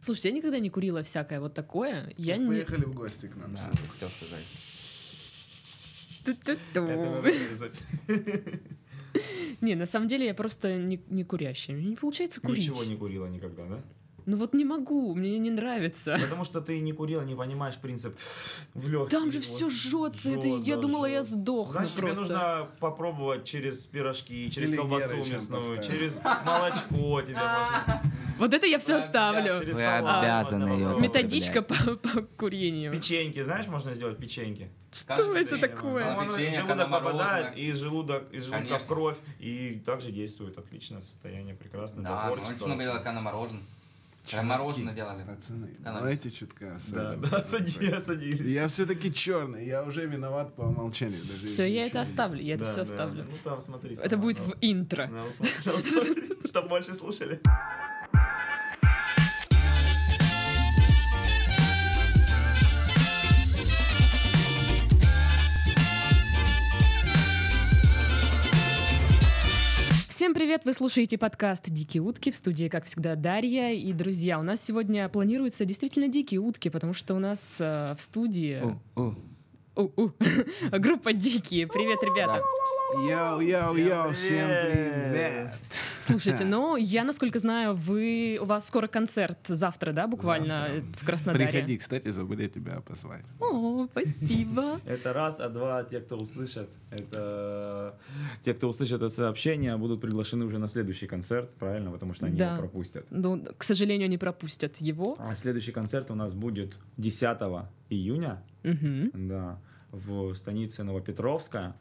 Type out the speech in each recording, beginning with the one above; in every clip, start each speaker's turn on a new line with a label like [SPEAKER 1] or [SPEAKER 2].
[SPEAKER 1] Слушайте, я никогда не курила всякое вот такое. Я
[SPEAKER 2] Вы
[SPEAKER 1] не...
[SPEAKER 2] Поехали в гости к нам.
[SPEAKER 3] Да,
[SPEAKER 2] всё.
[SPEAKER 3] хотел сказать.
[SPEAKER 1] Ту-ту-ту.
[SPEAKER 3] Это надо вырезать.
[SPEAKER 1] Не, на самом деле я просто не, не курящая. Мне не получается курить.
[SPEAKER 3] Ничего не курила никогда, да?
[SPEAKER 1] Ну вот не могу, мне не нравится.
[SPEAKER 3] Потому что ты не курила, не понимаешь принцип в легких.
[SPEAKER 1] Там же все жжется, это я думала, я сдохну
[SPEAKER 3] Значит, тебе
[SPEAKER 1] просто.
[SPEAKER 3] нужно попробовать через пирожки, через
[SPEAKER 2] Или
[SPEAKER 3] колбасу
[SPEAKER 2] Герычем
[SPEAKER 3] мясную,
[SPEAKER 2] поставить.
[SPEAKER 3] через молочко тебе можно.
[SPEAKER 1] Вот это я все оставлю.
[SPEAKER 3] Через
[SPEAKER 4] Вы
[SPEAKER 3] салат можно
[SPEAKER 4] обязаны её
[SPEAKER 3] попробовать.
[SPEAKER 4] Метод-
[SPEAKER 1] Методичка по, по курению.
[SPEAKER 3] Печеньки, знаешь, можно сделать печеньки.
[SPEAKER 1] Что
[SPEAKER 4] Каждый
[SPEAKER 1] это
[SPEAKER 4] день
[SPEAKER 1] такое?
[SPEAKER 4] она-
[SPEAKER 3] Он
[SPEAKER 4] печенье,
[SPEAKER 3] в
[SPEAKER 4] когда
[SPEAKER 3] ну, желудок
[SPEAKER 4] мороженое.
[SPEAKER 3] попадает, и из желудок, из желудка в
[SPEAKER 4] А, Конечно.
[SPEAKER 3] кровь, и также действует отлично, состояние прекрасно для
[SPEAKER 4] Да, помнишь,
[SPEAKER 3] творчества.
[SPEAKER 4] мы говорили, когда на мороженое? Когда
[SPEAKER 2] Чуваки,
[SPEAKER 4] мороженое делали.
[SPEAKER 2] Пацаны,
[SPEAKER 4] Канал.
[SPEAKER 2] давайте чутка
[SPEAKER 3] Да,
[SPEAKER 2] осадим.
[SPEAKER 3] да, сади- садились.
[SPEAKER 2] Я все-таки черный, я уже виноват по умолчанию. даже
[SPEAKER 1] Все,
[SPEAKER 2] если
[SPEAKER 1] я
[SPEAKER 2] ничего
[SPEAKER 1] это
[SPEAKER 2] не-
[SPEAKER 1] оставлю, я это
[SPEAKER 3] Да,
[SPEAKER 1] все
[SPEAKER 3] да.
[SPEAKER 1] оставлю.
[SPEAKER 3] Ну там смотри.
[SPEAKER 1] Это
[SPEAKER 3] сама,
[SPEAKER 1] будет
[SPEAKER 3] да.
[SPEAKER 1] в «э». интро.
[SPEAKER 3] Да, вот смотри, там смотри, Чтоб больше слушали.
[SPEAKER 1] Всем привет! Вы слушаете подкаст «Дикие утки» в студии, как всегда, Дарья. И, друзья, у нас сегодня планируются действительно дикие утки, потому что у нас э, в студии
[SPEAKER 4] У, у.
[SPEAKER 1] У-у. группа «Дикие». Привет, ребята!
[SPEAKER 2] Йоу, йоу, йоу, всем привет.
[SPEAKER 1] Слушайте, ну, я, насколько знаю, вы у вас скоро концерт завтра, да, буквально, э, в Краснодаре?
[SPEAKER 2] Приходи, кстати, забыли тебя позвать.
[SPEAKER 1] О, спасибо!
[SPEAKER 3] Это раз, а два, те, кто услышат, это те, кто услышат это сообщение, будут приглашены уже на следующий концерт, правильно, потому что они
[SPEAKER 1] Да.
[SPEAKER 3] его пропустят.
[SPEAKER 1] Ну, к сожалению, не пропустят его.
[SPEAKER 3] А следующий концерт у нас будет 10 июня,
[SPEAKER 1] Мгм.
[SPEAKER 3] да, в станице Новопетровска.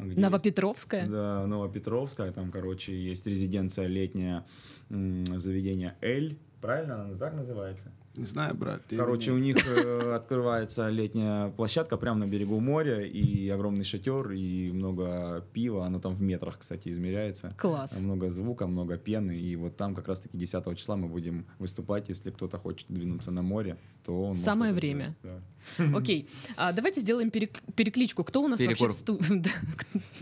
[SPEAKER 3] где
[SPEAKER 1] Новопетровская.
[SPEAKER 3] Да, Новопетровская, там, короче, есть резиденция летняя, м, заведение «Эль», правильно она так называется?
[SPEAKER 2] Не знаю, брат. ты
[SPEAKER 3] Короче,
[SPEAKER 2] или
[SPEAKER 3] у них э, открывается летняя площадка прямо на берегу моря, и огромный шатер, и много пива, оно там в метрах, кстати, измеряется.
[SPEAKER 1] Класс.
[SPEAKER 3] Много звука, много пены, и вот там как раз-таки 10 числа мы будем выступать, если кто-то хочет двинуться на море, то он может
[SPEAKER 1] Самое
[SPEAKER 3] это
[SPEAKER 1] время.
[SPEAKER 3] сделать,
[SPEAKER 1] Окей, а давайте сделаем перек- перекличку. Кто у нас
[SPEAKER 4] Перекур.
[SPEAKER 1] вообще в студии?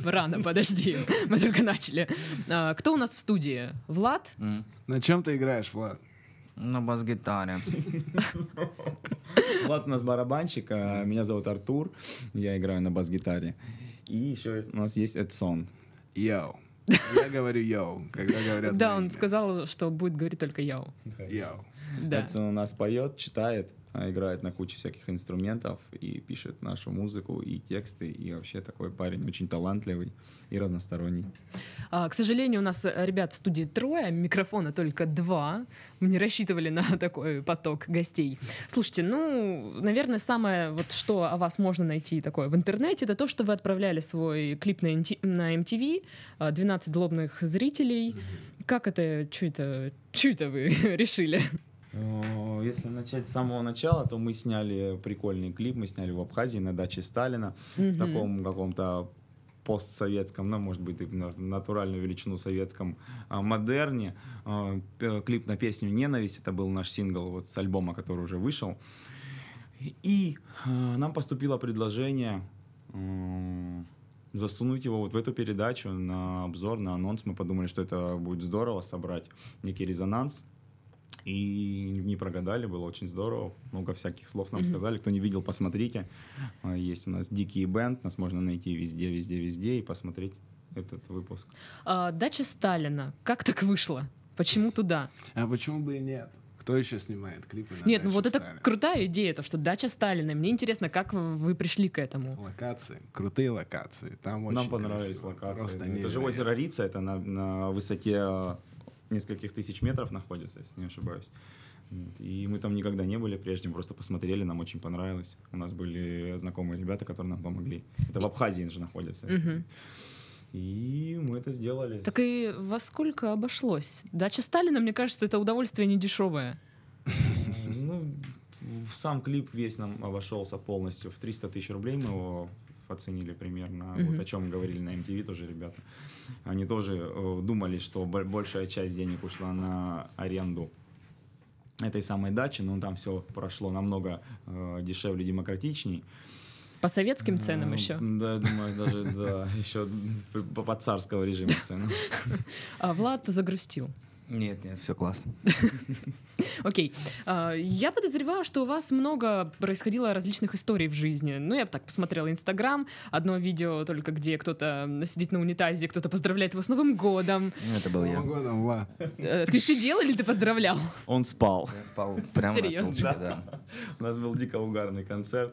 [SPEAKER 1] Рано, подожди, мы только начали. А, Кто у нас в студии? Влад?
[SPEAKER 4] М.
[SPEAKER 2] нет? На чем ты играешь, Влад?
[SPEAKER 4] На бас-гитаре.
[SPEAKER 3] да. Влад у нас барабанщик, а меня зовут Артур, я играю на бас-гитаре. И еще у нас есть Эдсон.
[SPEAKER 2] Йоу. Я говорю йоу, когда говорят
[SPEAKER 1] Да,
[SPEAKER 2] моё
[SPEAKER 1] он
[SPEAKER 2] имя.
[SPEAKER 1] сказал, что будет говорить только я.
[SPEAKER 2] Йоу.
[SPEAKER 1] Да.
[SPEAKER 3] Эдсон у нас поет, читает, а играет на куче всяких инструментов и пишет нашу музыку и тексты. И вообще такой парень очень талантливый и разносторонний.
[SPEAKER 1] А, К сожалению, у нас э, ребят в студии трое, микрофона только два. Мы не рассчитывали на такой поток гостей. Слушайте, ну, наверное, самое вот что о вас можно найти такое в интернете, это то, что вы отправляли свой клип на NT на MTV, а, 12 злобных зрителей. Как это, что это, чё это вы решили?
[SPEAKER 3] О, Если начать с самого начала, то мы сняли прикольный клип, мы сняли в Абхазии на даче Сталина в
[SPEAKER 1] Мгм.
[SPEAKER 3] таком каком-то постсоветском, ну, может быть, и в на- натуральную величину советском а, модерне. А, п- Клип на песню «Ненависть» — это был наш сингл вот с альбома, который уже вышел. И а, нам поступило предложение м, засунуть его вот в эту передачу на обзор, на анонс. Мы подумали, что это будет здорово собрать некий резонанс. И не прогадали, было очень здорово. Много всяких слов нам
[SPEAKER 1] Мгм.
[SPEAKER 3] сказали. Кто не видел, посмотрите. А, Есть у нас Дикий Бенд, нас можно найти везде, везде, везде и посмотреть этот выпуск.
[SPEAKER 1] А, Дача Сталина. Как так вышло? Почему туда?
[SPEAKER 2] А почему бы и нет? Кто еще снимает клипы на
[SPEAKER 1] Нет, ну
[SPEAKER 2] даче
[SPEAKER 1] вот это
[SPEAKER 2] Сталина?
[SPEAKER 1] крутая идея, то, что дача Сталина. Мне интересно, как вы вы пришли к этому?
[SPEAKER 2] Локации, крутые локации. Там очень
[SPEAKER 3] Нам понравились
[SPEAKER 2] красиво,
[SPEAKER 3] локации.
[SPEAKER 2] просто
[SPEAKER 3] это же
[SPEAKER 2] невероятно.
[SPEAKER 3] озеро Рица, это на, на высоте э, нескольких тысяч метров находится, если не ошибаюсь. Вот. И мы там никогда не были прежде, просто посмотрели, нам очень понравилось. У нас были знакомые ребята, которые нам помогли. Это в Абхазии же находится.
[SPEAKER 1] Мгм.
[SPEAKER 3] И мы это сделали.
[SPEAKER 1] Так и во сколько обошлось? Дача Сталина, мне кажется, это удовольствие не дешевое.
[SPEAKER 3] Ну, в- сам клип весь нам обошелся полностью в 300 тысяч рублей. Мы его оценили примерно.
[SPEAKER 1] Мгм.
[SPEAKER 3] Вот о чем говорили на MTV тоже ребята. Они тоже э, думали, что бо- большая часть денег ушла на аренду этой самой дачи, но там все прошло намного э, дешевле, демократичней.
[SPEAKER 1] По советским ценам
[SPEAKER 3] Э,
[SPEAKER 1] еще.
[SPEAKER 3] Да, я думаю, даже да, еще по, по царского режима цены.
[SPEAKER 1] А Влад загрустил.
[SPEAKER 4] Нет, нет, все классно.
[SPEAKER 1] Окей. А, Я подозреваю, что у вас много происходило различных историй в жизни. Ну, я бы так посмотрела Инстаграм, одно видео только, где кто-то сидит на унитазе, кто-то поздравляет его с Новым годом.
[SPEAKER 4] Ну, Это был я.
[SPEAKER 2] Новым годом, Влад.
[SPEAKER 1] Э, Ты сидел или ты поздравлял?
[SPEAKER 3] Он спал.
[SPEAKER 4] Я спал прямо на
[SPEAKER 1] Серьёзно?
[SPEAKER 4] тумбочке, да.
[SPEAKER 3] У нас был дико угарный концерт,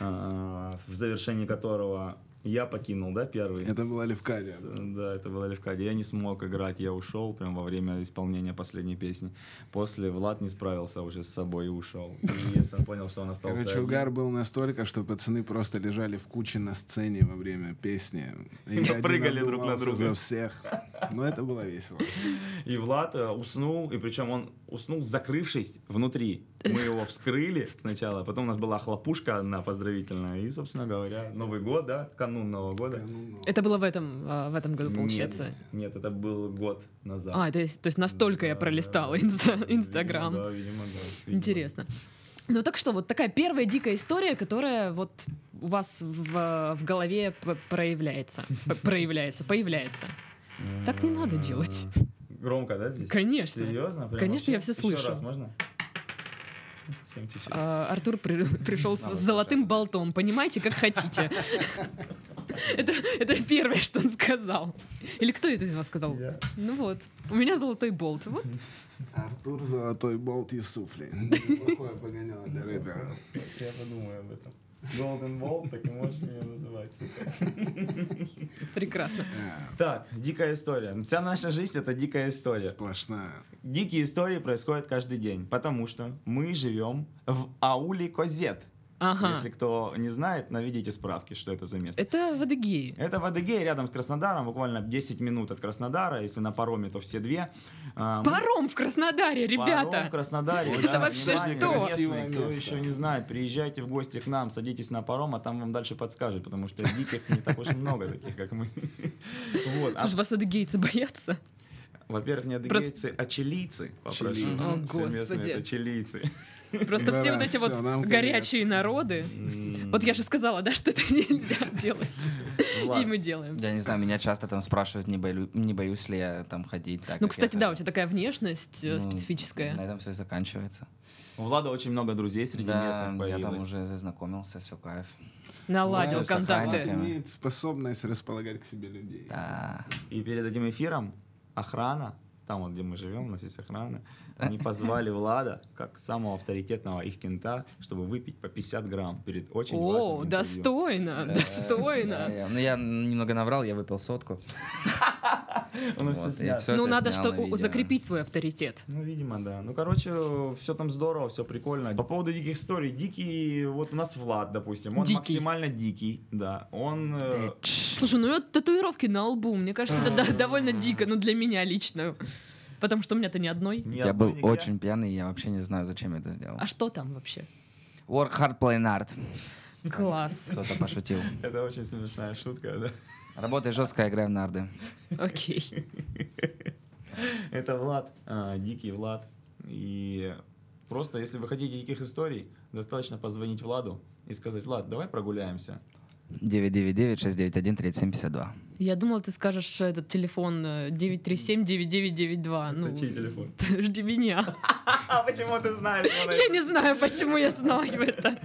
[SPEAKER 3] а, в завершении которого я покинул, да, первый?
[SPEAKER 2] Это была Левкадия.
[SPEAKER 3] С- Да, это была Левкадия. Я не смог играть, я ушел прям во время исполнения последней песни. После Влад не справился уже с собой и ушел. И Ецен понял, что он остался
[SPEAKER 2] Короче,
[SPEAKER 3] один.
[SPEAKER 2] угар был настолько, что пацаны просто лежали в куче на сцене во время песни. И
[SPEAKER 3] Да,
[SPEAKER 2] один
[SPEAKER 3] прыгали друг на
[SPEAKER 2] отдувался
[SPEAKER 3] друга.
[SPEAKER 2] За всех. Но это было весело.
[SPEAKER 3] И Влад э, уснул, и причем он уснул, закрывшись внутри. Мы его вскрыли сначала, потом у нас была хлопушка одна поздравительная, и, собственно говоря, Новый год, да, канун Нового года.
[SPEAKER 2] Ну,
[SPEAKER 1] Это было в этом, а, в этом году,
[SPEAKER 3] Нет,
[SPEAKER 1] получается.
[SPEAKER 3] Нет, это был год назад.
[SPEAKER 1] А, то есть, то есть настолько я
[SPEAKER 3] Да,
[SPEAKER 1] пролистала
[SPEAKER 3] да,
[SPEAKER 1] инста-
[SPEAKER 3] да,
[SPEAKER 1] Инстаграм.
[SPEAKER 3] видимо, да, видимо, да, видимо.
[SPEAKER 1] Интересно. Ну так что, вот такая первая дикая история, которая вот у вас в, в голове п- проявляется. П- Проявляется, появляется. Так не надо делать.
[SPEAKER 3] Громко, да, здесь?
[SPEAKER 1] Конечно.
[SPEAKER 3] Серьезно? Прям
[SPEAKER 1] Конечно, я
[SPEAKER 3] вообще?
[SPEAKER 1] всё слышу.
[SPEAKER 3] Еще раз можно? Ну, Совсем чуть-чуть.
[SPEAKER 1] А, Артур при- пришел с
[SPEAKER 4] Надо
[SPEAKER 1] золотым
[SPEAKER 4] сначала.
[SPEAKER 1] болтом. Понимаете, как хотите. Это, это первое, что он сказал. Или кто это из вас сказал?
[SPEAKER 3] Я.
[SPEAKER 1] Ну вот, у меня золотой болт. Вот.
[SPEAKER 2] Артур Золотой Болт Юсуфли. Неплохое погоняло для рэпера.
[SPEAKER 3] Я подумаю об этом. Golden Ball, так и можешь меня называть. типа.
[SPEAKER 1] Прекрасно.
[SPEAKER 2] А,
[SPEAKER 3] Так, дикая история. Вся наша жизнь это дикая история.
[SPEAKER 2] Сплошная.
[SPEAKER 3] Дикие истории происходят каждый день, потому что мы живем в ауле Козет.
[SPEAKER 1] Ага.
[SPEAKER 3] Если кто не знает, наведите справки, что это за место.
[SPEAKER 1] Это в Адыгее.
[SPEAKER 3] Это в Адыгее, рядом с Краснодаром, буквально 10 минут от Краснодара, если на пароме, то все две. А, мы-
[SPEAKER 1] Паром в Краснодаре,
[SPEAKER 3] Паром в
[SPEAKER 1] ребята!
[SPEAKER 3] Краснодаре.
[SPEAKER 2] Это
[SPEAKER 3] да,
[SPEAKER 1] вообще
[SPEAKER 3] внимание,
[SPEAKER 1] что?
[SPEAKER 3] местные,
[SPEAKER 2] Красивое
[SPEAKER 3] Кто
[SPEAKER 2] место.
[SPEAKER 3] еще не знает, приезжайте в гости к нам, садитесь на паром, а там вам дальше подскажут, потому что диких не так уж и много, таких как мы. Вот. а
[SPEAKER 1] Слушай, вас адыгейцы боятся?
[SPEAKER 3] Во-первых, не адыгейцы, а чилийцы. Попрошу.
[SPEAKER 2] Чилийцы.
[SPEAKER 1] О,
[SPEAKER 3] Все местные
[SPEAKER 1] господи.
[SPEAKER 3] Это чилийцы.
[SPEAKER 1] Просто все
[SPEAKER 2] Да,
[SPEAKER 1] вот эти
[SPEAKER 2] всё,
[SPEAKER 1] вот
[SPEAKER 2] нам конец.
[SPEAKER 1] горячие народы. Вот я же сказала, да, что это нельзя делать.
[SPEAKER 3] Влад,
[SPEAKER 1] И мы делаем.
[SPEAKER 4] Я не знаю, меня часто там спрашивают, не, болю- не боюсь ли я там ходить. так,
[SPEAKER 1] Ну,
[SPEAKER 4] как
[SPEAKER 1] кстати,
[SPEAKER 4] я
[SPEAKER 1] да, у
[SPEAKER 4] хожу.
[SPEAKER 1] тебя такая внешность э,
[SPEAKER 4] Ну, На
[SPEAKER 1] специфическая.
[SPEAKER 4] этом все заканчивается.
[SPEAKER 3] У Влада очень много друзей среди
[SPEAKER 4] Да,
[SPEAKER 3] местных
[SPEAKER 4] я там
[SPEAKER 3] появилось.
[SPEAKER 4] уже зазнакомился, все кайф.
[SPEAKER 1] Наладил
[SPEAKER 4] Ну, Саха,
[SPEAKER 2] Влад
[SPEAKER 1] контакты.
[SPEAKER 4] Тема.
[SPEAKER 2] имеет способность располагать к себе людей.
[SPEAKER 4] Да.
[SPEAKER 3] И перед этим эфиром охрана, там вот, где мы живем, у нас есть охрана, они позвали Влада, как самого авторитетного их кента, чтобы выпить по 50 грамм перед очень важным
[SPEAKER 1] О,
[SPEAKER 3] интервью.
[SPEAKER 1] достойно,
[SPEAKER 4] Да, да,
[SPEAKER 1] А, достойно.
[SPEAKER 4] я- Ну, я немного наврал, я выпил сотку.
[SPEAKER 3] У нас
[SPEAKER 4] Вот,
[SPEAKER 3] всё
[SPEAKER 4] и
[SPEAKER 3] снято.
[SPEAKER 4] всё
[SPEAKER 1] Ну,
[SPEAKER 4] это
[SPEAKER 1] надо
[SPEAKER 4] снял
[SPEAKER 1] что
[SPEAKER 4] на
[SPEAKER 1] у-
[SPEAKER 4] видео.
[SPEAKER 1] закрепить свой авторитет.
[SPEAKER 3] Ну, видимо, да. Ну, короче, все там здорово, все прикольно. По поводу диких историй. Дикий, вот у нас Влад, допустим, он
[SPEAKER 1] Дикий.
[SPEAKER 3] максимально дикий, да. Он... э,
[SPEAKER 1] Слушай, ну вот татуировки на лбу, мне кажется, это до- довольно дико, ну для меня лично. Потому что у меня-то ни одной.
[SPEAKER 3] ни
[SPEAKER 4] Я
[SPEAKER 3] одной
[SPEAKER 4] был
[SPEAKER 3] нигде-
[SPEAKER 4] очень пьяный, я вообще не знаю, зачем я это сделал.
[SPEAKER 1] А что там вообще?
[SPEAKER 4] Work hard, play hard.
[SPEAKER 1] Класс.
[SPEAKER 4] Кто-то пошутил.
[SPEAKER 3] Это очень смешная шутка, да.
[SPEAKER 4] Работай жестко, играй в нарды.
[SPEAKER 1] Окей.
[SPEAKER 3] Это Влад, а, дикий Влад. И просто, если вы хотите диких историй, достаточно позвонить Владу и сказать, Влад, давай прогуляемся.
[SPEAKER 4] 999-691-3752.
[SPEAKER 1] Я думала, ты скажешь этот телефон э, 937-9992. Ну,
[SPEAKER 3] Это чей телефон?
[SPEAKER 1] Жди меня.
[SPEAKER 3] А почему ты знаешь?
[SPEAKER 1] Я не знаю, почему я знаю это.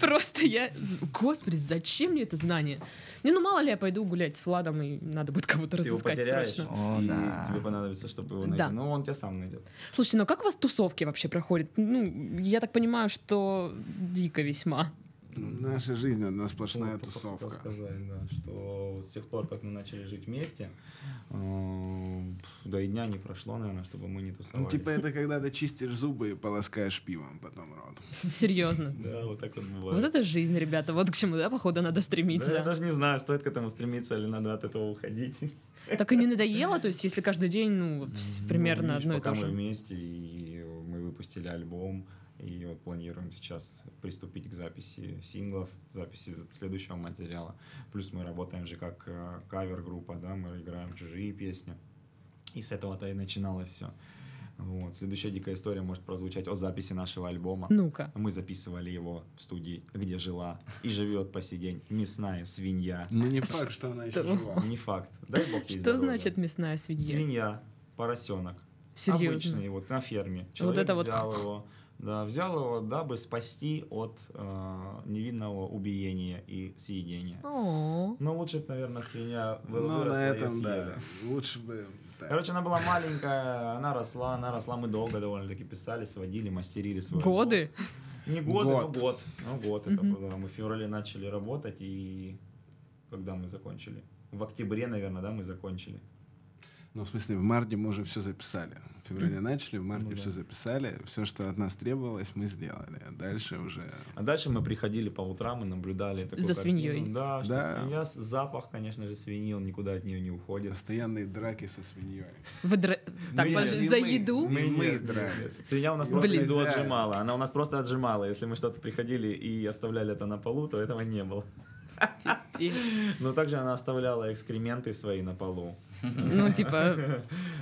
[SPEAKER 1] Просто я... Господи, зачем мне это знание? Не, ну мало ли я пойду гулять с Владом, и надо будет кого-то
[SPEAKER 3] Ты его
[SPEAKER 1] разыскать
[SPEAKER 3] потеряешь,
[SPEAKER 1] срочно.
[SPEAKER 4] О,
[SPEAKER 3] и
[SPEAKER 4] да.
[SPEAKER 3] тебе понадобится, чтобы его
[SPEAKER 1] Да.
[SPEAKER 3] найти. Ну, он тебя сам найдет.
[SPEAKER 1] Слушайте, ну как у вас тусовки вообще проходят? Ну, я так понимаю, что дико весьма.
[SPEAKER 2] Ну, Наша жизнь одна сплошная
[SPEAKER 3] Вот, хотел
[SPEAKER 2] тусовка.
[SPEAKER 3] сказать, да, что с тех пор, как мы начали жить вместе, э, пф, да и дня не прошло, наверное, чтобы мы не тусовались.
[SPEAKER 2] Ну, типа, это когда ты чистишь зубы и полоскаешь пивом потом рот.
[SPEAKER 1] Серьезно.
[SPEAKER 3] Да, вот так вот бывает.
[SPEAKER 1] Вот это жизнь, ребята. Вот к чему, да, походу, надо
[SPEAKER 3] Да, я
[SPEAKER 1] стремиться.
[SPEAKER 3] даже не знаю, стоит к этому стремиться или надо от этого уходить.
[SPEAKER 1] Так и не надоело? То есть, если каждый день, ну, вс- примерно
[SPEAKER 3] Ну, видишь,
[SPEAKER 1] одно и
[SPEAKER 3] пока
[SPEAKER 1] то
[SPEAKER 3] мы
[SPEAKER 1] же.
[SPEAKER 3] вместе, и мы выпустили альбом, и вот планируем сейчас приступить к записи синглов, записи следующего материала. Плюс мы работаем же как э, кавер-группа, да, мы играем чужие песни. И с этого-то и начиналось все. Вот. Следующая дикая история может прозвучать о записи нашего альбома.
[SPEAKER 1] Ну-ка.
[SPEAKER 3] Мы записывали его в студии, где жила и живет по сей день мясная свинья.
[SPEAKER 2] Ну, не факт, что она еще
[SPEAKER 1] Что?
[SPEAKER 2] жива.
[SPEAKER 3] Не факт. Дай бог ей
[SPEAKER 1] Что
[SPEAKER 3] здоровья.
[SPEAKER 1] значит мясная свинья?
[SPEAKER 3] Свинья, поросенок.
[SPEAKER 1] Серьезно?
[SPEAKER 3] Обычный, вот на ферме.
[SPEAKER 1] Ну, Вот
[SPEAKER 3] Человек
[SPEAKER 1] это вот-
[SPEAKER 3] взял его, да, взял его, дабы спасти от э, невинного убиения и съедения.
[SPEAKER 1] О,
[SPEAKER 3] Но лучше бы, наверное, свинья
[SPEAKER 2] Ну,
[SPEAKER 3] выросла
[SPEAKER 2] на
[SPEAKER 3] и
[SPEAKER 2] этом,
[SPEAKER 3] съела.
[SPEAKER 2] да. Лучше бы... так.
[SPEAKER 3] Короче, она была маленькая, она росла, она росла, мы долго довольно-таки писались, водили, мастерили свою.
[SPEAKER 1] годы?
[SPEAKER 3] Не годы,
[SPEAKER 2] Год.
[SPEAKER 3] но год. Ну, год это
[SPEAKER 1] Мгм.
[SPEAKER 3] было. Мы в феврале начали работать, и когда мы закончили? В октябре, наверное, да, мы закончили.
[SPEAKER 2] Ну, в смысле, в марте мы уже все записали. В феврале начали, в марте
[SPEAKER 3] Ну да.
[SPEAKER 2] все записали. Все, что от нас требовалось, мы сделали. А Дальше уже...
[SPEAKER 3] А дальше мы приходили по утрам и наблюдали такую
[SPEAKER 1] За
[SPEAKER 3] картину.
[SPEAKER 1] свиньей.
[SPEAKER 3] Да, что
[SPEAKER 2] Да.
[SPEAKER 3] свинья, с- запах, конечно же, свиньи, он никуда от нее не уходит.
[SPEAKER 2] Постоянные драки со свиньей.
[SPEAKER 1] Вы дра- Так,
[SPEAKER 3] Мы-
[SPEAKER 1] подожди,
[SPEAKER 2] не
[SPEAKER 1] за
[SPEAKER 2] мы.
[SPEAKER 1] еду?
[SPEAKER 2] Мы
[SPEAKER 3] Нет,
[SPEAKER 2] мы
[SPEAKER 3] нет,
[SPEAKER 2] дрались.
[SPEAKER 3] нет. Свинья у нас
[SPEAKER 2] И
[SPEAKER 3] просто
[SPEAKER 2] блин.
[SPEAKER 3] еду отжимала. Она у нас просто отжимала. Если мы что-то приходили и оставляли это на полу, то этого не было.
[SPEAKER 1] Пипец.
[SPEAKER 3] Но также она оставляла экскременты свои на полу.
[SPEAKER 1] Ну, типа,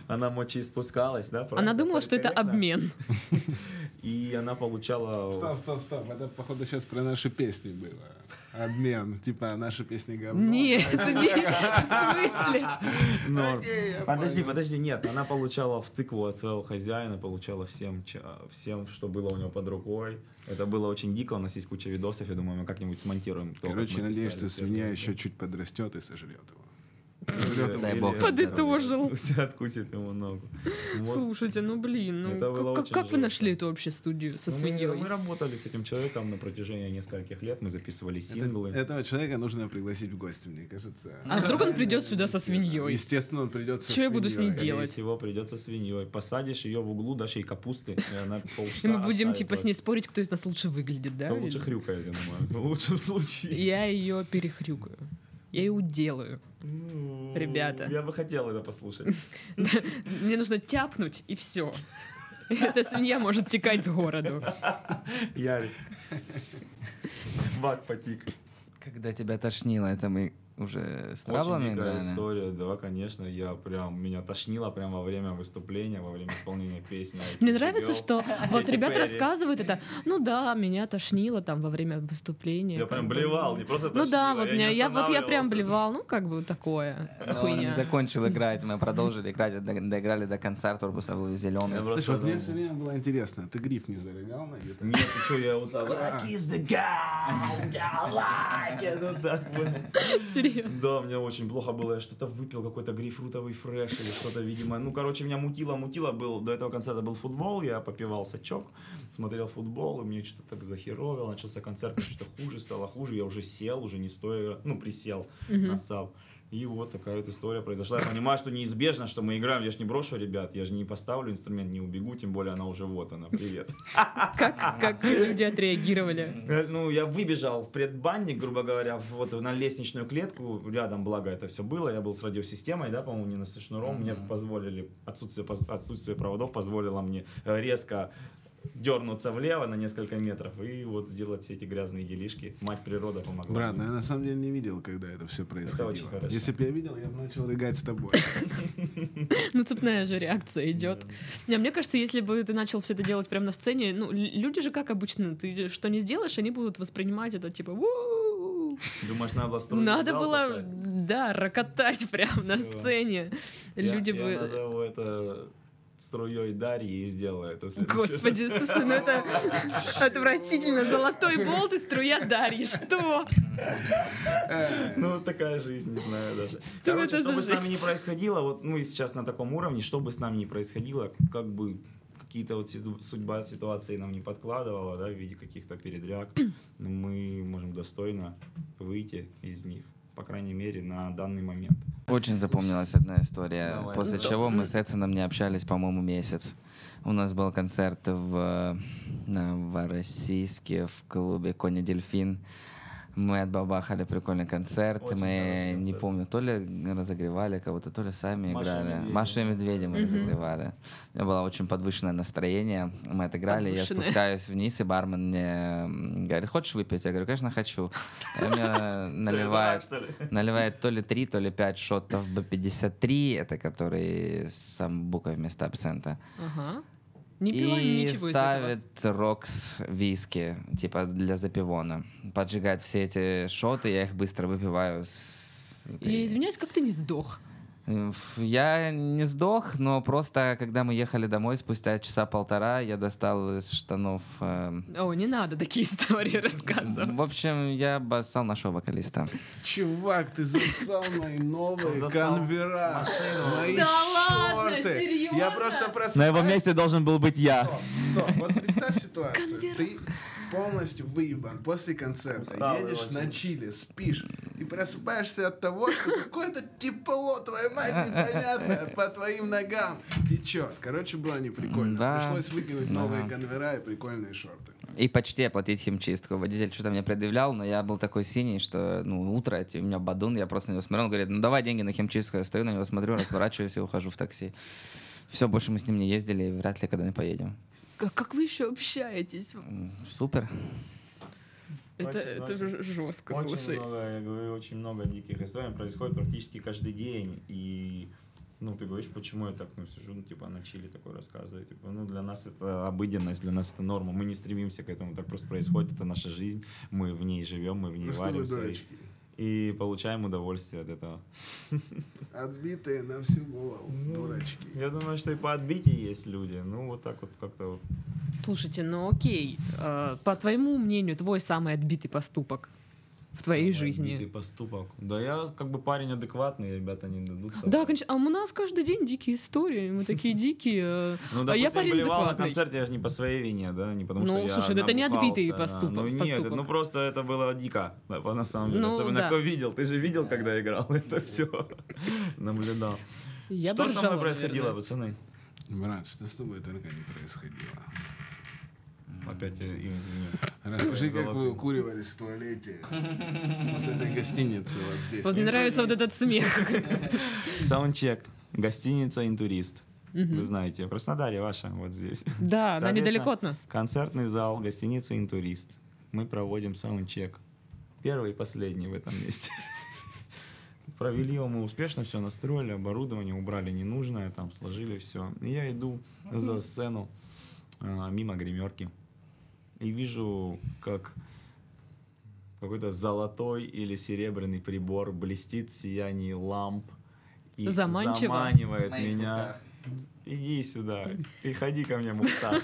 [SPEAKER 3] Она мочи спускалась, да?
[SPEAKER 1] она
[SPEAKER 3] правильно?
[SPEAKER 1] думала, что это
[SPEAKER 3] Корректно?
[SPEAKER 1] обмен.
[SPEAKER 3] И она получала...
[SPEAKER 2] Стоп, стоп, стоп. Это, походу, сейчас про наши песни было. Обмен. Типа, наши песни говно.
[SPEAKER 1] Нет, нет, в смысле?
[SPEAKER 3] Но...
[SPEAKER 2] Окей, я
[SPEAKER 3] Подожди,
[SPEAKER 2] понял.
[SPEAKER 3] подожди, нет, она получала втыкву от своего хозяина, получала всем, ча- всем, что было у него под рукой. Это было очень дико, у нас есть куча видосов, я думаю, мы как-нибудь смонтируем. то, как
[SPEAKER 2] Короче,
[SPEAKER 3] мы
[SPEAKER 2] надеюсь,
[SPEAKER 3] писали
[SPEAKER 2] что
[SPEAKER 3] все
[SPEAKER 2] свинья
[SPEAKER 3] это.
[SPEAKER 2] еще чуть подрастет и сожрет его.
[SPEAKER 3] Или-
[SPEAKER 4] Дай бог.
[SPEAKER 1] Подытожил.
[SPEAKER 3] Откусит ему ногу. Вот.
[SPEAKER 1] Слушайте, ну блин, ну
[SPEAKER 3] Это было
[SPEAKER 1] как- как,
[SPEAKER 3] очень
[SPEAKER 1] как вы нашли
[SPEAKER 3] жестко.
[SPEAKER 1] эту вообще студию со
[SPEAKER 3] Ну, мы-
[SPEAKER 1] свиньей?
[SPEAKER 3] Мы, работали с этим человеком на протяжении нескольких лет, мы записывали синглы.
[SPEAKER 2] Это- Этого человека нужно пригласить в гости, мне кажется.
[SPEAKER 1] А вдруг он придет сюда со свиньей?
[SPEAKER 2] Естественно, он придет со
[SPEAKER 1] Чё я буду с ней
[SPEAKER 2] свиньей.
[SPEAKER 3] Скорее
[SPEAKER 1] делать.
[SPEAKER 3] всего, придется свиньей. Посадишь ее в углу, дашь ей капусты, и она полчаса
[SPEAKER 1] И мы будем
[SPEAKER 3] оставит
[SPEAKER 1] типа с
[SPEAKER 3] вас.
[SPEAKER 1] ней спорить, кто из нас лучше выглядит, да?
[SPEAKER 3] Кто лучше
[SPEAKER 1] Или-
[SPEAKER 3] хрюкает, я думаю. В лучшем случае.
[SPEAKER 1] Я ее перехрюкаю. Я ее уделаю.
[SPEAKER 3] Ну,
[SPEAKER 1] Ребята.
[SPEAKER 3] Я бы хотел это послушать.
[SPEAKER 1] Мне нужно тяпнуть, и все. Эта свинья может текать с городу.
[SPEAKER 3] Ярик. Бак потик.
[SPEAKER 4] Когда тебя тошнило, это мы уже с
[SPEAKER 3] Очень
[SPEAKER 4] травлами
[SPEAKER 3] дикая
[SPEAKER 4] играли.
[SPEAKER 3] история, да, конечно. Я прям, меня тошнило прям во время выступления, во время исполнения песни.
[SPEAKER 1] Мне нравится, что вот
[SPEAKER 3] Кэти
[SPEAKER 1] ребята
[SPEAKER 3] Перри.
[SPEAKER 1] рассказывают это. Ну да, меня тошнило там во время выступления.
[SPEAKER 3] Я
[SPEAKER 1] как
[SPEAKER 3] прям
[SPEAKER 1] бы.
[SPEAKER 3] блевал, не просто
[SPEAKER 1] Ну да,
[SPEAKER 3] тошнило,
[SPEAKER 1] вот
[SPEAKER 3] я
[SPEAKER 1] меня-
[SPEAKER 3] не
[SPEAKER 1] я вот я прям
[SPEAKER 3] останавливался. Ну,
[SPEAKER 1] блевал, ну как бы такое.
[SPEAKER 4] Но он не
[SPEAKER 1] Хуйня.
[SPEAKER 4] закончил играть, мы продолжили играть, до- доиграли до конца, Артур просто был зеленый.
[SPEAKER 3] Я
[SPEAKER 2] Слушай,
[SPEAKER 3] просто,
[SPEAKER 2] вот мне
[SPEAKER 3] ну,
[SPEAKER 2] все время было интересно, ты гриф не зарыгал на гитаре?
[SPEAKER 3] Нет, ты что, я вот так... Like is the guy, I like it, вот так вот.
[SPEAKER 1] Серьезно.
[SPEAKER 3] Да, мне очень плохо было, я что-то выпил, какой-то грейпфрутовый фреш или что-то, видимо. Ну, короче, меня мутило-мутило, был, до этого концерта был футбол, я попивал сачок, смотрел футбол, и мне что-то так захеровило, начался концерт, что-то хуже стало, хуже, я уже сел, уже не стоя, ну, присел на саб. И вот такая вот история произошла. Я понимаю, что неизбежно, что мы играем. Я же не брошу ребят, я же не поставлю инструмент, не убегу, тем более она уже вот она. Привет. А.
[SPEAKER 1] Как, как люди отреагировали?
[SPEAKER 3] Э, Ну, я выбежал в предбанник, грубо говоря, в- вот на лестничную клетку. Рядом, благо, это все было. Я был с радиосистемой, да, по-моему, не на со шнуром. Мне
[SPEAKER 4] Мгм.
[SPEAKER 3] позволили, отсутствие, поз- отсутствие проводов позволило мне э, резко дернуться влево на несколько метров и вот сделать все эти грязные делишки. Мать природа помогла.
[SPEAKER 2] Брат, ну
[SPEAKER 3] мне.
[SPEAKER 2] я на самом деле не видел, когда это все происходило.
[SPEAKER 3] хорошо.
[SPEAKER 2] Если бы я видел, я бы начал рыгать с тобой.
[SPEAKER 1] Ну, цепная же реакция идет. Не, мне кажется, если бы ты начал все это делать прямо на сцене, ну, л- люди же, как обычно, ты что не сделаешь, они будут воспринимать это типа «У-у-у».
[SPEAKER 3] Думаешь, надо было строить
[SPEAKER 1] Надо
[SPEAKER 3] зал
[SPEAKER 1] было,
[SPEAKER 3] пускать?
[SPEAKER 1] да, рокотать прямо на
[SPEAKER 3] Всё.
[SPEAKER 1] сцене.
[SPEAKER 3] Я-
[SPEAKER 1] Люди
[SPEAKER 3] я,
[SPEAKER 1] бы...
[SPEAKER 3] назову это струей Дарьи и сделаю это. в следующий
[SPEAKER 1] Господи,
[SPEAKER 3] раз.
[SPEAKER 1] слушай, ну это отвратительно. Золотой болт и струя Дарьи. Что?
[SPEAKER 3] Ну, вот такая жизнь, не знаю даже. Короче,
[SPEAKER 1] это
[SPEAKER 3] что
[SPEAKER 1] за
[SPEAKER 3] бы с нами
[SPEAKER 1] жизнь?
[SPEAKER 3] не происходило, вот мы сейчас на таком уровне, что бы с нами не происходило, как бы какие-то вот ситу- судьба ситуации нам не подкладывала, да, в виде каких-то передряг, но мы можем достойно выйти из них, по крайней мере, на данный момент.
[SPEAKER 4] Очень запомнилась одна история,
[SPEAKER 3] Давай.
[SPEAKER 4] после
[SPEAKER 3] Ну,
[SPEAKER 4] чего мы с Эдсоном не общались, по-моему, месяц. У нас был концерт в Новороссийске в клубе «Коня Дельфин». Мы отбабахали прикольный концерт.
[SPEAKER 3] Очень
[SPEAKER 4] мы,
[SPEAKER 3] хороший
[SPEAKER 4] не
[SPEAKER 3] концерт.
[SPEAKER 4] помню, то ли разогревали кого-то, то ли сами
[SPEAKER 3] Маша и
[SPEAKER 4] играли.
[SPEAKER 3] Медведя.
[SPEAKER 4] Маша и Медведя мы
[SPEAKER 1] Мгм.
[SPEAKER 4] разогревали. У меня было очень подвышенное настроение. Мы отыграли, я
[SPEAKER 1] Подвышенное.
[SPEAKER 4] спускаюсь вниз, и бармен мне м, говорит, хочешь выпить? Я говорю, конечно, хочу. Он мне наливает
[SPEAKER 3] Что ли, дурак, что ли?
[SPEAKER 4] наливает то ли 3, то ли 5 шотов B53, это который с самбука вместо абсента.
[SPEAKER 1] Ага. Не пила
[SPEAKER 4] и
[SPEAKER 1] ничего из этого.
[SPEAKER 4] ставит рокс виски, типа для запивона. Поджигает все эти шоты, я их быстро выпиваю с... этой-
[SPEAKER 1] Я извиняюсь, как ты не сдох?
[SPEAKER 4] Э, Я не сдох, но просто, когда мы ехали домой, спустя часа полтора, я достал из штанов... эм,
[SPEAKER 1] О, не надо такие истории рассказывать.
[SPEAKER 4] В общем, я обоссал нашего вокалиста.
[SPEAKER 2] Чувак, ты засал мои новые
[SPEAKER 3] Засал
[SPEAKER 2] конвера. Мои
[SPEAKER 1] Да ладно,
[SPEAKER 2] шорты. Я
[SPEAKER 1] серьезно?
[SPEAKER 2] просто просыпаюсь.
[SPEAKER 5] На его месте должен был быть я.
[SPEAKER 2] Стоп, стоп. Вот представь ситуацию. Ты полностью выебан после концерта.
[SPEAKER 3] Усталый
[SPEAKER 2] едешь
[SPEAKER 3] очень.
[SPEAKER 2] на чили, спишь и просыпаешься от того, что какое-то тепло, твоя мать непонятная, по твоим ногам течет. Короче, было неприкольно.
[SPEAKER 4] Да.
[SPEAKER 2] Пришлось выкинуть
[SPEAKER 5] Ну
[SPEAKER 2] новые
[SPEAKER 4] Ага.
[SPEAKER 2] конвера и прикольные шорты.
[SPEAKER 4] И почти оплатить химчистку. Водитель что-то мне предъявлял, но я был такой синий, что ну, утро, эти- у меня бадун, я просто на него смотрел. Он говорит, ну давай деньги на химчистку. Я стою на него, смотрю, разворачиваюсь и ухожу в такси. Все, больше мы с ним не ездили и вряд ли когда-нибудь поедем.
[SPEAKER 1] Как как вы еще общаетесь?
[SPEAKER 4] М, Супер.
[SPEAKER 1] Это
[SPEAKER 3] Очень,
[SPEAKER 1] это
[SPEAKER 3] очень.
[SPEAKER 1] ж- жестко,
[SPEAKER 3] Очень
[SPEAKER 1] слушай.
[SPEAKER 3] много, я говорю, очень много диких историй происходит практически каждый день. И ну, ты говоришь, почему я так, ну, сижу, ну, типа, на чили такое рассказываю. Типа, ну, для нас это обыденность, для нас это норма. Мы не стремимся к этому, так просто происходит, это наша жизнь. Мы в ней живем, мы в ней
[SPEAKER 2] Ну что вы,
[SPEAKER 3] варимся. И,
[SPEAKER 2] дурачки,
[SPEAKER 3] и получаем удовольствие от этого.
[SPEAKER 2] отбитые на всю голову,
[SPEAKER 3] Ну,
[SPEAKER 2] дурачки.
[SPEAKER 3] Я думаю, что и по отбитии есть люди. Ну, вот так вот как-то вот.
[SPEAKER 1] Слушайте, ну окей. Э, По твоему мнению, твой самый отбитый поступок в твоей
[SPEAKER 3] Отбитый
[SPEAKER 1] жизни?
[SPEAKER 3] поступок. Да я как бы парень адекватный, ребята не дадутся.
[SPEAKER 1] Да, конечно. А у нас каждый день дикие истории. Мы такие дикие. э,
[SPEAKER 3] Ну,
[SPEAKER 1] А
[SPEAKER 3] допустим,
[SPEAKER 1] я парень
[SPEAKER 3] болевал на
[SPEAKER 1] адекватный.
[SPEAKER 3] концерте, я же не по своей вине, да, не потому
[SPEAKER 1] Ну,
[SPEAKER 3] что я
[SPEAKER 1] слушай, да это не
[SPEAKER 3] набухался,
[SPEAKER 1] отбитый
[SPEAKER 3] да.
[SPEAKER 1] поступок-
[SPEAKER 3] Ну, нет,
[SPEAKER 1] поступок.
[SPEAKER 3] ну просто это было дико, да, по- на самом деле.
[SPEAKER 1] Ну,
[SPEAKER 3] Особенно
[SPEAKER 1] да.
[SPEAKER 3] кто видел, ты же видел, когда играл это все, наблюдал.
[SPEAKER 1] Я
[SPEAKER 3] что
[SPEAKER 1] бы
[SPEAKER 3] со
[SPEAKER 1] ржала,
[SPEAKER 3] мной происходило,
[SPEAKER 1] наверное.
[SPEAKER 3] пацаны?
[SPEAKER 2] Брат, что с тобой только не происходило?
[SPEAKER 3] Опять э, им извини.
[SPEAKER 2] Расскажи, как вы
[SPEAKER 3] Золотые.
[SPEAKER 2] укуривались в туалете вот этой гостиницы вот здесь.
[SPEAKER 1] Вот мне нравится вот этот смех.
[SPEAKER 3] Саундчек, гостиница «Интурист». Вы
[SPEAKER 1] Мгм.
[SPEAKER 3] знаете, в Краснодаре ваша, вот здесь.
[SPEAKER 1] Да, она
[SPEAKER 3] Соответственно,
[SPEAKER 1] недалеко от нас.
[SPEAKER 3] Концертный зал, гостиница «Интурист». Мы проводим саундчек. Первый и последний в этом месте. Провели его мы успешно, все настроили, оборудование убрали ненужное, там сложили все. И я иду за сцену а, мимо гримерки и вижу, как какой-то золотой или серебряный прибор блестит в сиянии ламп и
[SPEAKER 1] Заманчиво.
[SPEAKER 3] заманивает
[SPEAKER 4] В моих
[SPEAKER 3] меня.
[SPEAKER 4] руках.
[SPEAKER 3] Иди сюда, и ходи ко мне, Мухтар.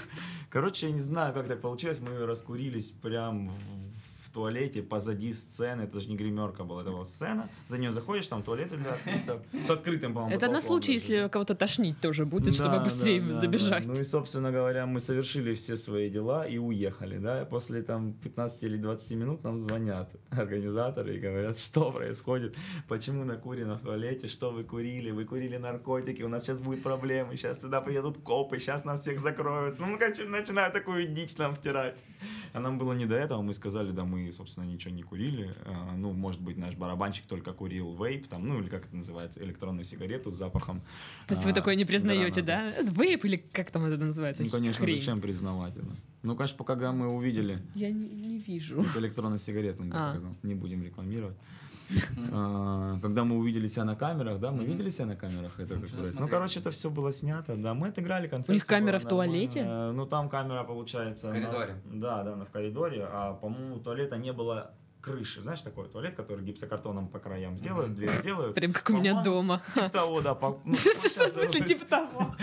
[SPEAKER 3] Короче, я не знаю, как так получилось, мы раскурились прям в, в туалете позади сцены, это же не гримерка была, это была сцена, за нее заходишь, там туалеты для артистов, с открытым, по-моему,
[SPEAKER 1] Это на
[SPEAKER 3] потолком
[SPEAKER 1] случай,
[SPEAKER 3] даже, да.
[SPEAKER 1] если кого-то тошнить тоже будет, чтобы
[SPEAKER 3] Да,
[SPEAKER 1] быстрее
[SPEAKER 3] да, да,
[SPEAKER 1] забежать.
[SPEAKER 3] да. Ну и, собственно говоря, мы совершили все свои дела и уехали, да. И После там 15 или 20 минут нам звонят организаторы и говорят, что происходит, почему накурено в туалете, что вы курили, вы курили наркотики, у нас сейчас будет проблемы, сейчас сюда приедут копы, сейчас нас всех закроют. Ну, короче, начинают такую дичь нам втирать. А нам было не до этого, мы сказали, да, мы, собственно, ничего не курили. А, Ну, может быть, наш барабанщик только курил вейп, там, ну, или как это называется, электронную сигарету с запахом.
[SPEAKER 1] То есть вы
[SPEAKER 3] а,
[SPEAKER 1] такое не признаете,
[SPEAKER 3] граната.
[SPEAKER 1] да? Вейп или как там это называется?
[SPEAKER 3] Ну, конечно,
[SPEAKER 1] Хрень.
[SPEAKER 3] зачем признавать это? Ну, конечно, пока- когда мы увидели
[SPEAKER 1] Я не, не вижу.
[SPEAKER 3] эту электронную сигарету, ну, как
[SPEAKER 1] А.
[SPEAKER 3] сказал, не будем рекламировать. А, Когда мы увидели себя на камерах, да, мы
[SPEAKER 4] Мгм.
[SPEAKER 3] видели себя на камерах, это
[SPEAKER 4] Ничего
[SPEAKER 3] как раз. Ну,
[SPEAKER 4] смотрели.
[SPEAKER 3] короче, это все было снято, да, мы отыграли концерт.
[SPEAKER 1] У них
[SPEAKER 3] всё было
[SPEAKER 1] камера в
[SPEAKER 3] нормально.
[SPEAKER 1] туалете?
[SPEAKER 3] Э, Ну, там камера, получается...
[SPEAKER 4] В
[SPEAKER 3] на-
[SPEAKER 4] коридоре.
[SPEAKER 3] Да, да, на- в коридоре, а, по-моему, у туалета не было крыши. Знаешь, такой туалет, который гипсокартоном по краям сделают, дверь сделают.
[SPEAKER 1] Прям как у меня
[SPEAKER 3] По-моему,
[SPEAKER 1] дома.
[SPEAKER 3] Типа того, да. по- ну,
[SPEAKER 1] Что в смысле,
[SPEAKER 3] получается,
[SPEAKER 1] типа того?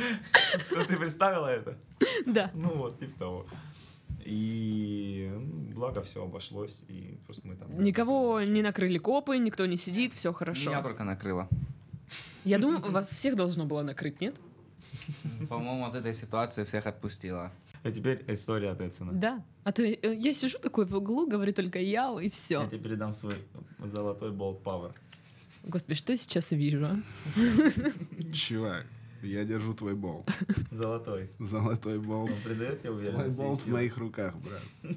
[SPEAKER 3] Ты представила это?
[SPEAKER 1] Да.
[SPEAKER 3] Ну вот, типа того. И ну, благо все обошлось, и просто мы там...
[SPEAKER 1] Никого не накрыли копы, никто не сидит, все
[SPEAKER 4] Меня
[SPEAKER 1] хорошо.
[SPEAKER 4] только накрыло.
[SPEAKER 1] Я думаю, вас всех должно было накрыть, нет?
[SPEAKER 4] По-моему, от этой ситуации всех отпустило.
[SPEAKER 3] А теперь история от Эдсона.
[SPEAKER 1] Да. А то э, я сижу такой в углу, говорю только яу и
[SPEAKER 3] Я
[SPEAKER 1] все.
[SPEAKER 3] тебе передам свой золотой болт Power.
[SPEAKER 1] Господи, что я сейчас вижу? а?
[SPEAKER 2] Чувак, я держу твой бол.
[SPEAKER 3] Золотой.
[SPEAKER 2] Золотой бол.
[SPEAKER 3] Он придает тебе
[SPEAKER 2] Твой
[SPEAKER 3] уверенность? и
[SPEAKER 2] болт в
[SPEAKER 3] силу?
[SPEAKER 2] моих руках, брат.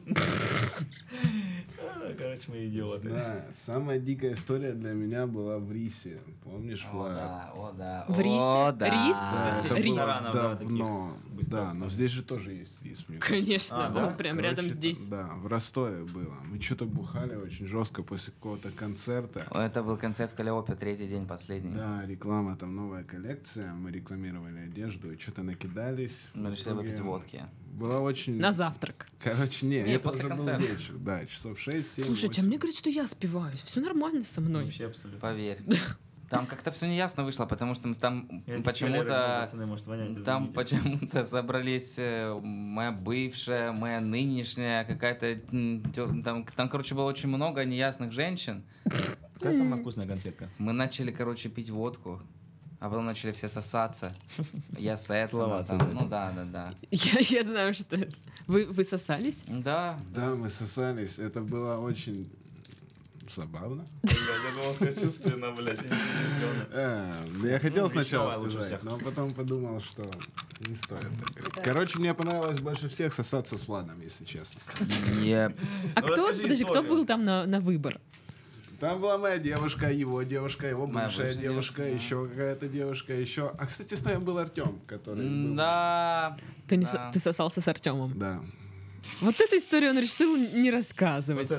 [SPEAKER 3] А, Короче, мы идиоты.
[SPEAKER 2] Да, самая дикая история для меня была в Рисе. Помнишь,
[SPEAKER 4] О,
[SPEAKER 2] Влад?
[SPEAKER 4] да, о, да.
[SPEAKER 1] В рисе?
[SPEAKER 4] О, да.
[SPEAKER 1] Рис?
[SPEAKER 2] Да, это
[SPEAKER 1] Рис.
[SPEAKER 2] было
[SPEAKER 3] Ресторана, да, таких
[SPEAKER 2] давно. Да,
[SPEAKER 3] быстрых
[SPEAKER 2] но
[SPEAKER 3] там.
[SPEAKER 2] здесь же тоже есть рис. мне кажется.
[SPEAKER 1] Конечно,
[SPEAKER 3] А, да?
[SPEAKER 1] он прям
[SPEAKER 2] Короче,
[SPEAKER 1] рядом
[SPEAKER 2] там,
[SPEAKER 1] здесь.
[SPEAKER 2] Да, в Ростове было. Мы что-то бухали очень жестко после какого-то концерта.
[SPEAKER 4] Это был концерт в Калиопе, третий день, последний.
[SPEAKER 2] Да, реклама, там новая коллекция. Мы рекламировали одежду и что-то накидались.
[SPEAKER 4] Мы
[SPEAKER 2] В
[SPEAKER 4] решили
[SPEAKER 2] итоге
[SPEAKER 4] выпить водки.
[SPEAKER 2] Была очень...
[SPEAKER 1] На завтрак.
[SPEAKER 2] Короче, не,
[SPEAKER 4] Не,
[SPEAKER 2] это
[SPEAKER 4] после
[SPEAKER 2] уже был
[SPEAKER 4] концерта.
[SPEAKER 2] вечер. Да, часов шесть, семь,
[SPEAKER 1] Слушайте, а мне
[SPEAKER 2] восемь.
[SPEAKER 1] говорят, что я спиваюсь. Все нормально со мной.
[SPEAKER 3] Вообще абсолютно.
[SPEAKER 4] Поверь. Там как-то все неясно вышло, потому что мы там
[SPEAKER 1] ну,
[SPEAKER 3] Я этих коллег,
[SPEAKER 4] почему-то...
[SPEAKER 3] пацаны, может, вонять,
[SPEAKER 4] Там
[SPEAKER 3] извините.
[SPEAKER 4] почему-то собрались э, моя бывшая, моя нынешняя, какая-то... м, тё- Там, там, короче, было очень много неясных женщин.
[SPEAKER 3] Какая самая вкусная конфетка?
[SPEAKER 4] Мы начали, короче, пить водку. А потом начали все сосаться. Я с Эдсоном
[SPEAKER 3] Целоваться,
[SPEAKER 4] там. Ну
[SPEAKER 3] значит.
[SPEAKER 4] да, да, да.
[SPEAKER 1] Я, я знаю, что это. Вы, вы сосались?
[SPEAKER 4] Да.
[SPEAKER 2] Да, мы сосались. Это было очень забавно.
[SPEAKER 3] Я думал, сказать чувственно, блядь.
[SPEAKER 2] Э, да я хотел
[SPEAKER 3] Ну,
[SPEAKER 2] сначала
[SPEAKER 3] Вячеслава лучше
[SPEAKER 2] сказать,
[SPEAKER 3] всех.
[SPEAKER 2] но потом подумал, что не стоит. так говорить. Короче, мне понравилось больше всех сосаться с Владом, если честно.
[SPEAKER 1] А
[SPEAKER 3] Ну,
[SPEAKER 1] кто,
[SPEAKER 3] расскажи
[SPEAKER 1] подожди, кто
[SPEAKER 3] историю.
[SPEAKER 1] был там на, на выбор?
[SPEAKER 2] Там была моя девушка, его девушка, его
[SPEAKER 4] Моя
[SPEAKER 2] бывшая
[SPEAKER 4] бывшая
[SPEAKER 2] девушка,
[SPEAKER 4] девушка, да.
[SPEAKER 2] еще какая-то девушка, еще. А кстати, с нами был Артем, который. был-
[SPEAKER 4] Да.
[SPEAKER 1] Ты, не, со-
[SPEAKER 3] А.
[SPEAKER 4] Да.
[SPEAKER 1] ты сосался с Артемом.
[SPEAKER 2] Да.
[SPEAKER 1] Вот эту историю он решил не рассказывать.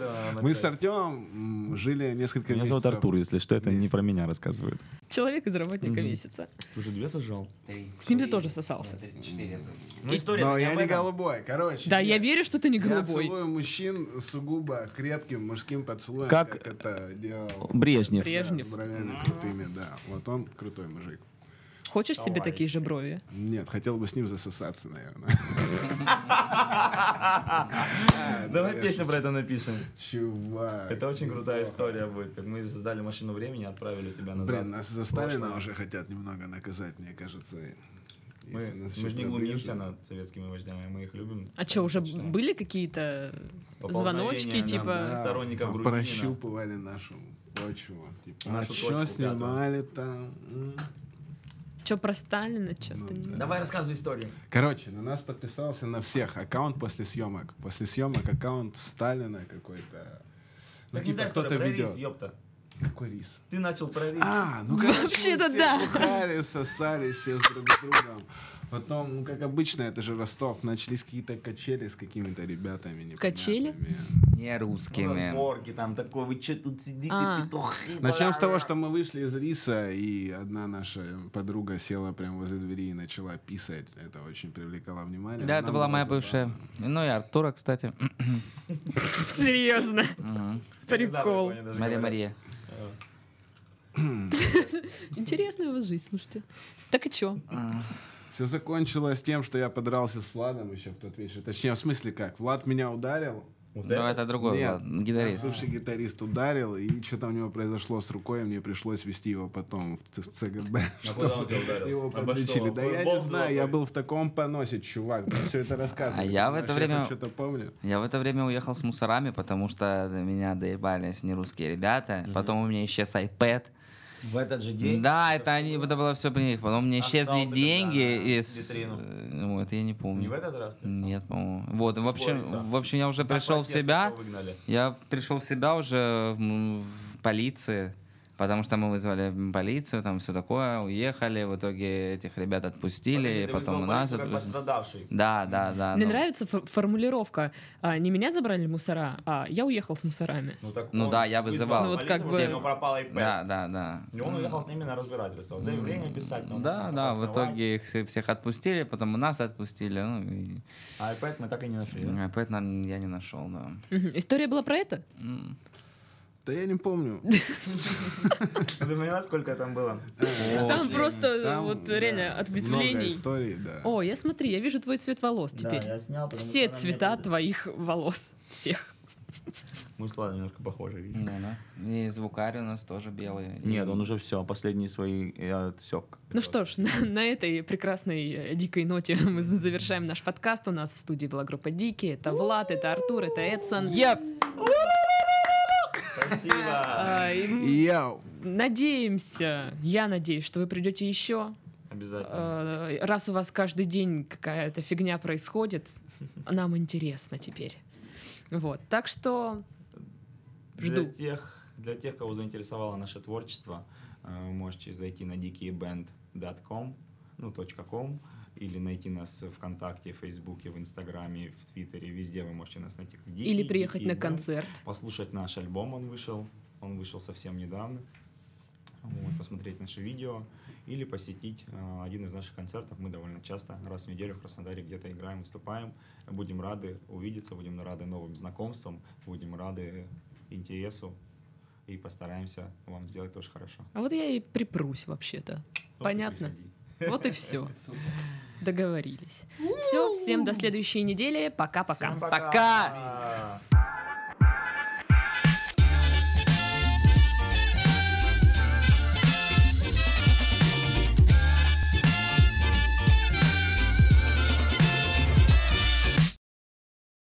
[SPEAKER 2] Мы с Артемом м, жили несколько
[SPEAKER 6] Меня зовут
[SPEAKER 2] месяцев.
[SPEAKER 6] Артур, если что, это не
[SPEAKER 2] Месяцев.
[SPEAKER 6] про меня рассказывают.
[SPEAKER 1] Человек из работника месяца.
[SPEAKER 6] Уже две сожал?
[SPEAKER 4] Три,
[SPEAKER 1] С ним ты
[SPEAKER 4] четыре.
[SPEAKER 1] тоже сосался.
[SPEAKER 4] Нет, три, четыре было.
[SPEAKER 3] Ну, история.
[SPEAKER 2] Но я не голубой, короче.
[SPEAKER 1] Да,
[SPEAKER 2] нет.
[SPEAKER 1] я верю, что ты не
[SPEAKER 2] Я
[SPEAKER 1] голубой.
[SPEAKER 2] целую мужчин сугубо крепким мужским поцелуем,
[SPEAKER 6] Как-
[SPEAKER 2] как, это делал
[SPEAKER 6] Брежнев.
[SPEAKER 2] Да, с
[SPEAKER 1] Брежнев. А.
[SPEAKER 2] бровями крутыми, да. Вот он крутой мужик.
[SPEAKER 1] Хочешь себе такие же брови?
[SPEAKER 2] Нет, хотел бы с ним засосаться, наверное.
[SPEAKER 3] Давай песню про это напишем.
[SPEAKER 2] Чувак. ну
[SPEAKER 3] Это очень крутая история будет, как мы создали машину времени, отправили тебя назад.
[SPEAKER 2] Блин, нас за Сталина
[SPEAKER 3] Прошлое.
[SPEAKER 2] уже хотят немного наказать, мне кажется. Если
[SPEAKER 3] Мы, мы
[SPEAKER 2] нас
[SPEAKER 3] же
[SPEAKER 2] чё-то
[SPEAKER 3] не глумимся
[SPEAKER 2] обижены.
[SPEAKER 3] над советскими вождями, мы их любим.
[SPEAKER 1] А что, уже
[SPEAKER 3] Точно.
[SPEAKER 1] были какие-то звоночки,
[SPEAKER 3] Поползновения, да,
[SPEAKER 1] типа...
[SPEAKER 3] сторонников
[SPEAKER 2] там
[SPEAKER 3] Грудинина.
[SPEAKER 2] прощупывали нашу почву. Типа,
[SPEAKER 3] Нашу
[SPEAKER 2] а чё
[SPEAKER 3] точку, да, да.
[SPEAKER 2] снимали там? М.
[SPEAKER 1] Что про Сталина, что
[SPEAKER 2] Ну,
[SPEAKER 3] Давай рассказывай историю.
[SPEAKER 2] Короче, на нас подписался на всех аккаунт после съемок. После съемок аккаунт Сталина какой-то. Ну,
[SPEAKER 3] Так не
[SPEAKER 2] типа,
[SPEAKER 3] дай
[SPEAKER 2] кто-то
[SPEAKER 3] историю, про рис,
[SPEAKER 2] ведет.
[SPEAKER 3] ёпта.
[SPEAKER 2] Какой рис?
[SPEAKER 3] Ты начал про рис.
[SPEAKER 2] А, ну короче, мы
[SPEAKER 1] Вообще-то
[SPEAKER 2] все
[SPEAKER 1] да.
[SPEAKER 2] бухали, сосались все с друг с другом. Потом, ну как обычно, это же Ростов, начались какие-то качели с какими-то ребятами. непонятными.
[SPEAKER 1] Качели?
[SPEAKER 4] Не русскими.
[SPEAKER 3] Разборки там такой, вы что тут сидите,
[SPEAKER 1] А.
[SPEAKER 3] петухи?
[SPEAKER 2] Начнем с того, что мы вышли из риса, и одна наша подруга села прямо возле двери и начала писать. Это очень привлекало внимание.
[SPEAKER 4] Да,
[SPEAKER 2] Нам
[SPEAKER 4] это была
[SPEAKER 2] было
[SPEAKER 4] моя
[SPEAKER 2] забавно.
[SPEAKER 4] бывшая. Ну и Артура, кстати.
[SPEAKER 1] Серьезно.
[SPEAKER 4] Мгм.
[SPEAKER 1] Прикол.
[SPEAKER 4] Мария Мария.
[SPEAKER 1] Интересная у вас жизнь, слушайте. Так и чё?
[SPEAKER 2] Все закончилось тем, что я подрался с Владом еще в тот вечер. Точнее, в смысле как? Влад меня ударил,
[SPEAKER 3] Вот
[SPEAKER 4] Ну
[SPEAKER 3] это?
[SPEAKER 4] это другой
[SPEAKER 2] Нет.
[SPEAKER 4] Влад, гитарист.
[SPEAKER 2] бывший гитарист ударил, и что-то у него произошло с рукой, и мне пришлось вести его потом в Ц- в ЦГБ,
[SPEAKER 3] А куда он
[SPEAKER 2] чтобы
[SPEAKER 3] тебя ударил?
[SPEAKER 2] его
[SPEAKER 3] Обо
[SPEAKER 2] подлечили.
[SPEAKER 3] что?
[SPEAKER 2] Да
[SPEAKER 3] Он
[SPEAKER 2] я не
[SPEAKER 3] бог
[SPEAKER 2] знаю,
[SPEAKER 3] золотой?
[SPEAKER 2] я был в таком поносе, чувак, да все это рассказывал.
[SPEAKER 4] А я в это время-
[SPEAKER 2] что-то помню.
[SPEAKER 4] Я в это время уехал с мусорами, потому что меня доебались нерусские ребята. Потом у меня исчез iPad.
[SPEAKER 3] В этот же день?
[SPEAKER 4] Да, это они, это было все при них. Потом мне
[SPEAKER 3] Нассал
[SPEAKER 4] исчезли
[SPEAKER 3] ты
[SPEAKER 4] деньги
[SPEAKER 3] тогда на
[SPEAKER 4] из...
[SPEAKER 3] витрину?
[SPEAKER 4] э, Вот, я не
[SPEAKER 3] Не
[SPEAKER 4] помню.
[SPEAKER 3] в этот раз ты сам?
[SPEAKER 4] Нет, по-моему. Вот, в общем,
[SPEAKER 3] Борется.
[SPEAKER 4] в общем, я уже
[SPEAKER 3] Так
[SPEAKER 4] пришел в
[SPEAKER 3] протесты
[SPEAKER 4] себя.
[SPEAKER 3] его выгнали.
[SPEAKER 4] Я пришел в себя уже в, в полиции, потому что мы вызвали полицию, там все такое, уехали, в итоге этих ребят
[SPEAKER 3] Подожди,
[SPEAKER 4] отпустили,
[SPEAKER 3] ты
[SPEAKER 4] потом
[SPEAKER 3] вызвал
[SPEAKER 4] у нас
[SPEAKER 3] полицию как
[SPEAKER 4] отпустили.
[SPEAKER 3] пострадавший.
[SPEAKER 4] Да, да, да.
[SPEAKER 1] Мне
[SPEAKER 4] ну.
[SPEAKER 1] нравится фо- формулировка. а, не меня забрали мусора, а я уехал с мусорами.
[SPEAKER 3] Ну, так
[SPEAKER 4] Ну
[SPEAKER 3] он
[SPEAKER 4] да, я
[SPEAKER 3] вызвал
[SPEAKER 4] вызывал.
[SPEAKER 1] Ну, вот
[SPEAKER 3] полицию,
[SPEAKER 1] как
[SPEAKER 3] у
[SPEAKER 1] бы-
[SPEAKER 3] него пропал iPad.
[SPEAKER 4] Да, да, да.
[SPEAKER 3] И он уехал с ними на разбирательство. Заявление писать.
[SPEAKER 6] Ну,
[SPEAKER 3] там,
[SPEAKER 4] Да, да, в
[SPEAKER 3] опознавать.
[SPEAKER 4] итоге их все- всех отпустили, потом и нас отпустили, ну и
[SPEAKER 3] А iPad мы так и не нашли. да?
[SPEAKER 4] iPad нам я не нашел, да.
[SPEAKER 1] Мгм. История была про это?
[SPEAKER 4] М.
[SPEAKER 2] Да я не помню.
[SPEAKER 3] Ты поняла, сколько там было?
[SPEAKER 1] Там просто
[SPEAKER 2] Там,
[SPEAKER 1] вот
[SPEAKER 2] да,
[SPEAKER 1] реально
[SPEAKER 2] Много
[SPEAKER 1] ответвлений.
[SPEAKER 2] историй, да.
[SPEAKER 1] О, я смотри, я вижу твой цвет волос теперь.
[SPEAKER 3] Да, я снял, потому
[SPEAKER 1] Все
[SPEAKER 3] что она
[SPEAKER 1] цвета
[SPEAKER 3] мне-
[SPEAKER 1] твоих волос. Всех.
[SPEAKER 3] Мы с Ладой немножко похожи. видишь?
[SPEAKER 4] Ну да. И звукарь у нас тоже белый.
[SPEAKER 6] Нет, он уже все, последние свои отсек.
[SPEAKER 1] Ну что ж, на, на этой прекрасной э, дикой ноте мы за- завершаем наш подкаст. У нас в студии была группа Дикие. Это Влад, это Артур, это Эдсон.
[SPEAKER 4] Еп!
[SPEAKER 3] Спасибо.
[SPEAKER 1] А, и м-
[SPEAKER 2] Йоу.
[SPEAKER 1] Надеемся, я надеюсь, что вы придете еще.
[SPEAKER 4] А,
[SPEAKER 3] Обязательно.
[SPEAKER 1] Э, Раз у вас каждый день какая-то фигня происходит, нам интересно теперь. Вот, так что
[SPEAKER 3] Для
[SPEAKER 1] жду.
[SPEAKER 3] тех, для тех, кого заинтересовало наше творчество, э, можете зайти на dickieband.com, ну, .com, или найти нас в ВКонтакте, в Фейсбуке, в Инстаграме, в Твиттере, везде вы можете нас найти. как Дикие,
[SPEAKER 1] или приехать
[SPEAKER 3] Дикие
[SPEAKER 1] на
[SPEAKER 3] Band.
[SPEAKER 1] концерт.
[SPEAKER 3] послушать наш альбом, он вышел, он вышел совсем недавно, Вот, посмотреть наши видео или посетить э, один из наших концертов. Мы довольно часто, раз в неделю в Краснодаре где-то играем, выступаем. Будем рады увидеться, будем рады новым знакомствам, будем рады интересу и постараемся вам сделать тоже хорошо. Ну,
[SPEAKER 1] А вот я и припрусь вообще-то.
[SPEAKER 3] Вот и
[SPEAKER 1] Понятно.
[SPEAKER 3] приходи.
[SPEAKER 1] Вот и все. Договорились. Все, всем до следующей недели. Пока-пока.
[SPEAKER 7] Пока!